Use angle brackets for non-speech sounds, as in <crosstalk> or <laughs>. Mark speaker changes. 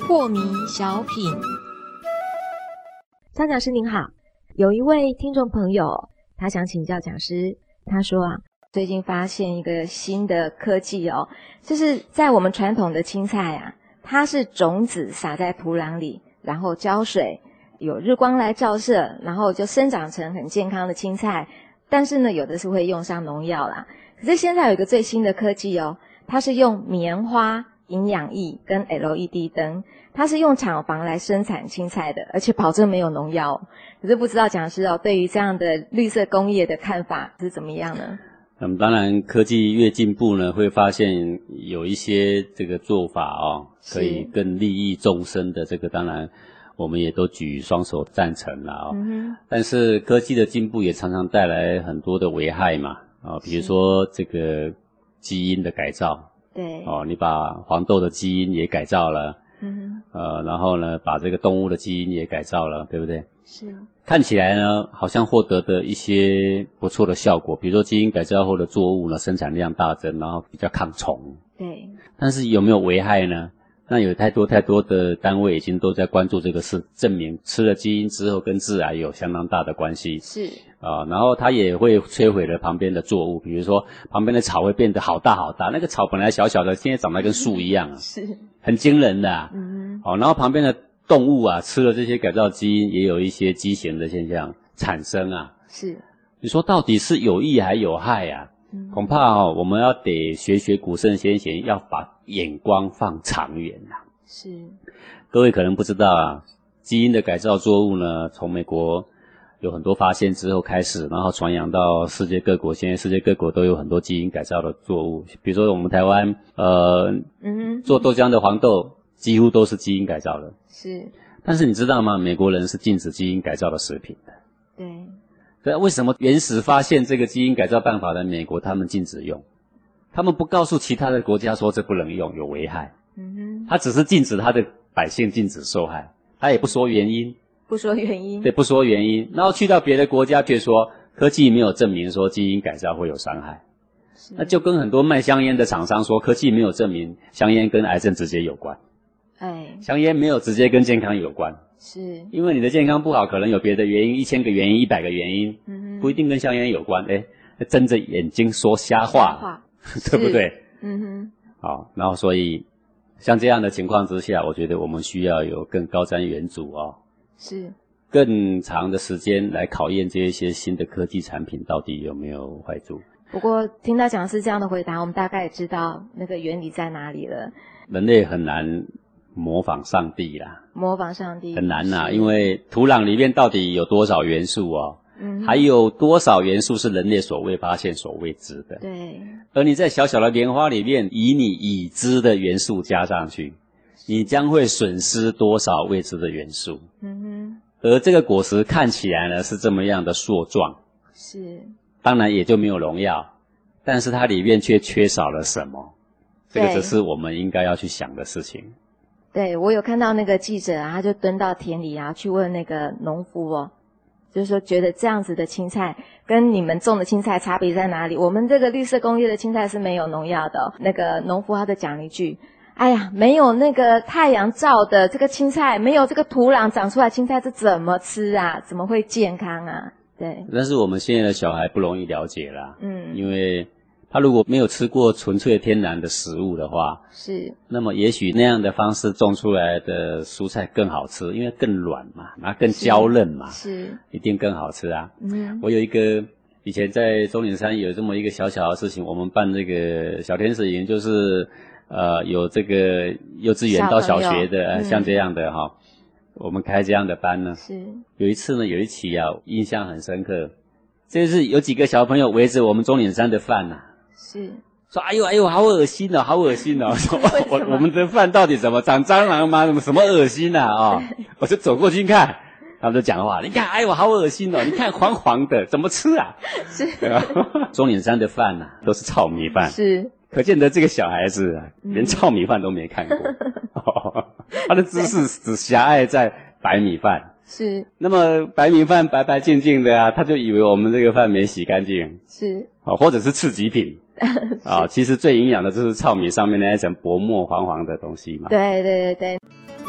Speaker 1: 破迷小品，张讲师您好，有一位听众朋友，他想请教讲师，他说啊，最近发现一个新的科技哦，就是在我们传统的青菜啊，它是种子撒在土壤里，然后浇水，有日光来照射，然后就生长成很健康的青菜。但是呢，有的是会用上农药啦。可是现在有一个最新的科技哦，它是用棉花营养液跟 LED 灯，它是用厂房来生产青菜的，而且保证没有农药哦。可是不知道讲师哦，对于这样的绿色工业的看法是怎么样呢？
Speaker 2: 那么当然，科技越进步呢，会发现有一些这个做法哦，
Speaker 1: 是
Speaker 2: 可以更利益众生的。这个当然，我们也都举双手赞成了哦。
Speaker 1: 嗯
Speaker 2: 但是科技的进步也常常带来很多的危害嘛，啊、比如
Speaker 1: 是
Speaker 2: 说这个基因的改造
Speaker 1: 哼，对，
Speaker 2: 哦，你把黄豆的基因也改造了，
Speaker 1: 嗯
Speaker 2: 呃，然后呢，把这个动物的基因也改造了，对不对？
Speaker 1: 哼，是，
Speaker 2: 看起来呢，好像获得的一些不错的效果，比如说基因改造后的作物呢，生产量大增，然后比较抗虫。
Speaker 1: 对，
Speaker 2: 但是有没有危害呢？那有太多太多的单位已经都在关注这个事，证明吃了基因之后跟致癌有相当大的关系
Speaker 1: 是，
Speaker 2: 啊、然后它也会摧毁了旁边的作物，比如说旁边的草会变得好大好大，那个草本来小小的，现在长得跟树一样啊，
Speaker 1: 是，
Speaker 2: 很惊人的、啊。
Speaker 1: 嗯哼，
Speaker 2: 哦，然后旁边的动物啊，吃了这些改造基因，也有一些畸形的现象产生啊。
Speaker 1: 是，
Speaker 2: 你说到底是有益还有害啊？
Speaker 1: 嗯
Speaker 2: 恐怕哦，我们要得学学古圣先贤，要把眼光放长远啊。
Speaker 1: 是，
Speaker 2: 各位可能不知道啊，基因的改造作物呢，从美国有很多发现之后开始，然后传扬到世界各国。现在世界各国都有很多基因改造的作物，比如说我们台湾，呃，
Speaker 1: 嗯哼，
Speaker 2: 做豆浆的黄豆几乎都是基因改造的。
Speaker 1: 是，
Speaker 2: 但是你知道吗？美国人是禁止基因改造的食品的。
Speaker 1: 对，
Speaker 2: 对啊，为什么原始发现这个基因改造办法的美国他们禁止用？他们不告诉其他的国家说这不能用，有危害。
Speaker 1: 嗯哼，
Speaker 2: 他只是禁止他的百姓禁止受害，他也不说原因，
Speaker 1: 不说原因，
Speaker 2: 对，不说原因。然后去到别的国家却说科技没有证明说基因改造会有伤害，
Speaker 1: 是，
Speaker 2: 那就跟很多卖香烟的厂商说科技没有证明香烟跟癌症直接有关，
Speaker 1: 哎，
Speaker 2: 香烟没有直接跟健康有关。
Speaker 1: 是，
Speaker 2: 因为你的健康不好，可能有别的原因，一千个原因，一百个原因，
Speaker 1: 嗯哼，
Speaker 2: 不一定跟香烟有关。哎，睁着眼睛说瞎
Speaker 1: 话
Speaker 2: 话，
Speaker 1: 话，
Speaker 2: <laughs> 对不对？
Speaker 1: 嗯哼，
Speaker 2: 好，然后所以像这样的情况之下，我觉得我们需要有更高瞻远瞩哦，
Speaker 1: 是，
Speaker 2: 更长的时间来考验这一些新的科技产品到底有没有坏处。
Speaker 1: 不过听到讲师这样的回答，我们大概也知道那个原理在哪里了。
Speaker 2: 人类很难模仿上帝啦，
Speaker 1: 模仿上帝
Speaker 2: 很难呐、
Speaker 1: 嗯是
Speaker 2: 因为土壤里面到底有多少元素哦？
Speaker 1: 嗯
Speaker 2: 还有多少元素是人类所未发现、所未知的？
Speaker 1: 对
Speaker 2: 而你在小小的莲花里面，以你已知的元素加上去，你将会损失多少未知的元素？
Speaker 1: 嗯
Speaker 2: 而这个果实看起来呢是这么样的硕状，
Speaker 1: 哼是
Speaker 2: 当然也就没有荣耀，但是它里面却缺少了什么？这个
Speaker 1: 对
Speaker 2: 只是我们应该要去想的事情。
Speaker 1: 对我有看到那个记者啊，他就蹲到田里啊去问那个农夫哦，就是说觉得这样子的青菜跟你们种的青菜差别在哪里？我们这个绿色工业的青菜是没有农药的哦、那个农夫他就讲了一句。哎呀，没有那个太阳照的这个青菜，没有这个土壤长出来青菜，这怎么吃啊？怎么会健康啊？对，
Speaker 2: 但是我们现在的小孩不容易了解啦，
Speaker 1: 嗯，
Speaker 2: 因为他如果没有吃过纯粹天然的食物的话，
Speaker 1: 是，
Speaker 2: 那么也许那样的方式种出来的蔬菜更好吃，因为更软嘛，然后更娇嫩嘛，
Speaker 1: 是，
Speaker 2: 一定更好吃啊。
Speaker 1: 嗯，
Speaker 2: 我有一个以前在钟岭山有这么一个小小的事情，我们办这个小天使营，就是呃有这个幼稚园到小学
Speaker 1: 小
Speaker 2: 的，
Speaker 1: 朋友
Speaker 2: 呃
Speaker 1: 嗯
Speaker 2: 像这样的哈、我们开这样的班呢。
Speaker 1: 是，
Speaker 2: 有一次呢，有一期啊，印象很深刻，这是有几个小朋友围着我们钟岭山的饭啊呐、
Speaker 1: 是，
Speaker 2: 说：“哎呦哎呦，好恶心哦，好恶心
Speaker 1: <laughs>
Speaker 2: 哦！说
Speaker 1: 为什么
Speaker 2: 我我们的饭到底怎么长蟑螂吗？怎么什么恶心呐
Speaker 1: <laughs>
Speaker 2: 啊、哦我就走过去看，他们就讲话：“你看，哎呦，好恶心哦！你看黄黄的，怎么吃啊？”
Speaker 1: 是，
Speaker 2: 对吧
Speaker 1: <laughs>
Speaker 2: 钟岭山的饭呐、都是糙米饭，
Speaker 1: 是，
Speaker 2: 可见得这个小孩子啊，
Speaker 1: 嗯
Speaker 2: 连
Speaker 1: <laughs>
Speaker 2: 糙哦米饭都没看过，他的知识只狭隘在白米饭。
Speaker 1: 是
Speaker 2: 那么白米饭白白净净的啊，他就以为我们这个饭没洗干净
Speaker 1: 是
Speaker 2: 啊，或者是次级品啊。其实最营养的就是糙米上面那一层薄膜黄黄的东西嘛。
Speaker 1: 对对对对。